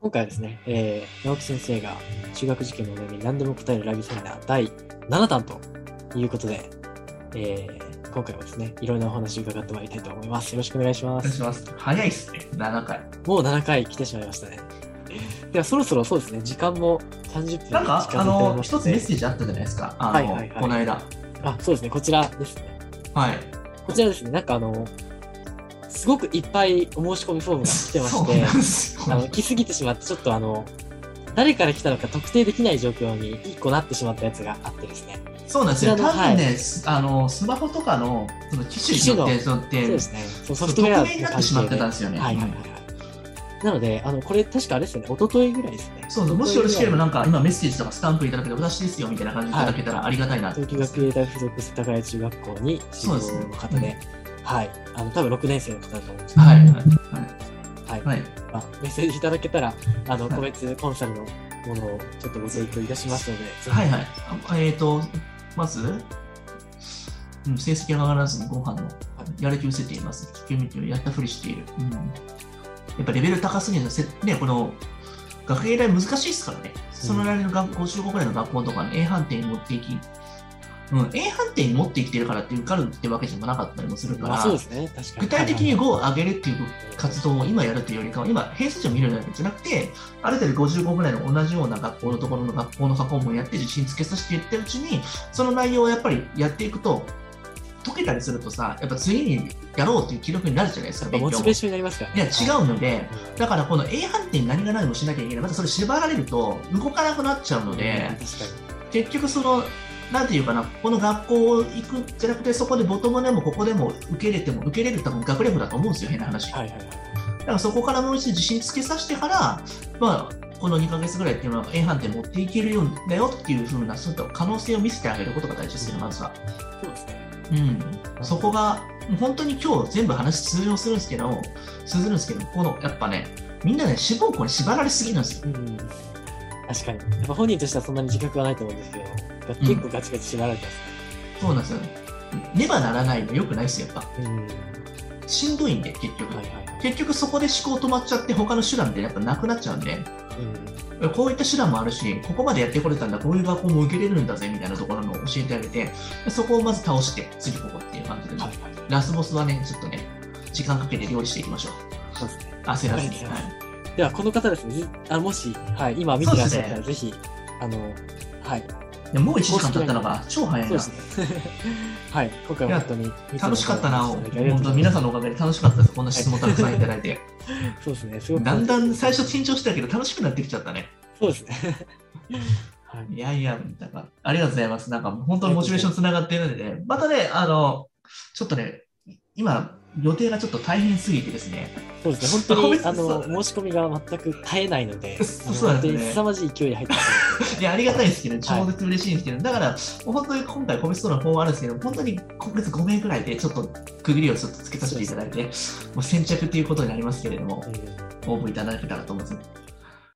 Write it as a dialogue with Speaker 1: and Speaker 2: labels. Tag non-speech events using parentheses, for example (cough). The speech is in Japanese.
Speaker 1: 今回はですね、えー、直木先生が中学受験のお悩みに何でも答えるラビセミナー第7弾ということで、えー、今回もですね、いろんなお話を伺ってまいりたいと思います。よろしくお願いしま
Speaker 2: お願いし
Speaker 1: す。
Speaker 2: ます。早いっすね、7回。
Speaker 1: もう7回来てしまいましたね。ではそろそろそうですね、時間も30分
Speaker 2: なん
Speaker 1: 近づ
Speaker 2: か、あ
Speaker 1: いており
Speaker 2: の、
Speaker 1: ま
Speaker 2: 一つ
Speaker 1: す
Speaker 2: メ
Speaker 1: ので
Speaker 2: ッセージあったじゃないですか、あの、
Speaker 1: はいはいはい
Speaker 2: この間。
Speaker 1: あ、そうですね、こちらですね。
Speaker 2: はい。
Speaker 1: こちらですね、なんかあの、すごくいっぱいお申し込みフォームが来てま
Speaker 2: そう
Speaker 1: し
Speaker 2: なん
Speaker 1: て、
Speaker 2: です
Speaker 1: あ
Speaker 2: よ
Speaker 1: の来すぎてしまって、ちょっとあの、誰から来たのか特定できない状況に1個なってしまったやつがあってですね。
Speaker 2: そうなんですよ。
Speaker 1: こちら
Speaker 2: 多
Speaker 1: の
Speaker 2: 分ね、すあの、スマホとかの、その機種によって、そのっ
Speaker 1: そう
Speaker 2: て
Speaker 1: で、すね。そうソ
Speaker 2: そう
Speaker 1: フ
Speaker 2: 匿
Speaker 1: トウェア
Speaker 2: 名になってしまってたんですよね。
Speaker 1: はいはいはいはい。なので、あの、これ確かあれですよね、一昨日ぐらいですね。
Speaker 2: そうそうもしよろしければ、なんか、今メッセージとかスタンプいただけて、私ですよ、みたいな感じいただけたらありがたいなと思
Speaker 1: 東
Speaker 2: い
Speaker 1: 京
Speaker 2: ま
Speaker 1: 学
Speaker 2: す。
Speaker 1: 芸大附属世田谷中学校に志望の方
Speaker 2: そ
Speaker 1: で、
Speaker 2: うで
Speaker 1: はい。あの、多分6年生の方だと思うんですけど、
Speaker 2: はい。
Speaker 1: はい。
Speaker 2: はい。はい。
Speaker 1: まあメッセージいただけたら、あの、
Speaker 2: はい
Speaker 1: 個別コンサルのものをちょっとご提供いたしますので、ぜひ
Speaker 2: はいはい。あえっ、ー、と、まず、うん、成績が上がらずにご飯のやる気を失せています。危険見てやったふりしている。うん、やっぱレベル高すぎるのせ、ね、この学芸大難しいですからね。そのなりの学校、55くらいの学校とかに A 判定に持っていき、うん、A 判定に持ってきてるからって受かるってわけじゃなかったりもするか
Speaker 1: まあ、
Speaker 2: ら
Speaker 1: そうで、すね、確かに。
Speaker 2: 具体的に5を上げるっていう活動を今やるというよりかは、今、偏差値を見るわけじゃなくて、ある程度55ぐらいの同じような学校のところの学校の過去問やって自信つけさせていってるうちに、その内容をやっぱりやっていくと、解けたりするとさ、やっぱ次にやろうっていう記録になるじゃないですか、
Speaker 1: やっぱ
Speaker 2: 勉
Speaker 1: モ
Speaker 2: 強
Speaker 1: チ
Speaker 2: も。
Speaker 1: ベー
Speaker 2: い
Speaker 1: ションになりますからね。
Speaker 2: や、違うので、
Speaker 1: うん
Speaker 2: だからこの A 判定に何が何もしなきゃいけない、またそれ縛られると動かなくなっちゃうので、
Speaker 1: うん確かに。
Speaker 2: 結局そのなんていうかなこの学校を行くじゃなくてそこでボトムでもここでも受け入れても受け入れる多分学力だと思うんですよ変な話、
Speaker 1: はいはいはい。
Speaker 2: だからそこからもう一度自信つけさせてからまあこの2ヶ月ぐらいっていうのは A 判定持っていけるようだよっていうふうなそういった可能性を見せてあげることが大事ですよまずは
Speaker 1: そうですね。
Speaker 2: うんそこが本当に今日全部話通用するんですけど通ずるんですけどこのやっぱねみんなね志望校に縛られすぎなんです
Speaker 1: う
Speaker 2: よ
Speaker 1: ん、確かに。やっぱ本人としてはそんなに自覚はないと思うんですけど、結構ガチガチ縛られて
Speaker 2: そうなんですよねねばならないのよくないですよやっぱ
Speaker 1: ますね。うん。
Speaker 2: しんどいんで結局、
Speaker 1: はいはいはい。
Speaker 2: 結局そこで思考止まっちゃって他の手段ってやっぱなくなっちゃうんで
Speaker 1: うん。
Speaker 2: こういった手段もあるしここまでやってこれたんだこういう学校も受けれるんだぜみたいなところの教えてあげてそこをまず倒して次ここっていう感じで、
Speaker 1: はいはい。
Speaker 2: ラスボスはねちょっとね時間かけて料理していきましょう
Speaker 1: そうですね。
Speaker 2: 焦ら
Speaker 1: そう
Speaker 2: ずに、
Speaker 1: ですね
Speaker 2: はい
Speaker 1: では、この方ですね、ぜあのもし、はい、今見てらっしゃったら、
Speaker 2: そう
Speaker 1: ぜひ、あの、はい、
Speaker 2: でもう1時間経ったのが超早い
Speaker 1: そうで
Speaker 2: な
Speaker 1: すね。 (laughs) はい、今回は本当に見ていただ
Speaker 2: 楽
Speaker 1: い
Speaker 2: してかったな
Speaker 1: ありが
Speaker 2: 本
Speaker 1: とうございます
Speaker 2: 当皆さんのおかげで楽しかったですこんな質問たくさんいただいて
Speaker 1: そうですね、すごく。
Speaker 2: (laughs) だんだん最初緊張してたけど楽しくなってきちゃったね
Speaker 1: そうですね。
Speaker 2: (laughs)
Speaker 1: はい。
Speaker 2: いやいや、なんか、ありがとうございます。なんか、本当にモチベーションつながっているので、またね、あの、ちょっとね、い今、予定がちょっと大変すぎてですね、
Speaker 1: そうですね、本当に、
Speaker 2: そ
Speaker 1: あ
Speaker 2: うですね
Speaker 1: の、申し込みが全く絶えないので、あの
Speaker 2: そう
Speaker 1: 本
Speaker 2: です
Speaker 1: 当
Speaker 2: ね
Speaker 1: に凄まじい勢いで入ってき
Speaker 2: いや、ありがたいですけど、超絶嬉しいんですけど、だから、本当に今回、個別との方もあるんですけど、本当に今月5名くらいで、ちょっと区切りをちょっとつけさせていただいて、もう先着ということになりますけれども、 (laughs)
Speaker 1: てる。うん
Speaker 2: 応募いただけたらと思います。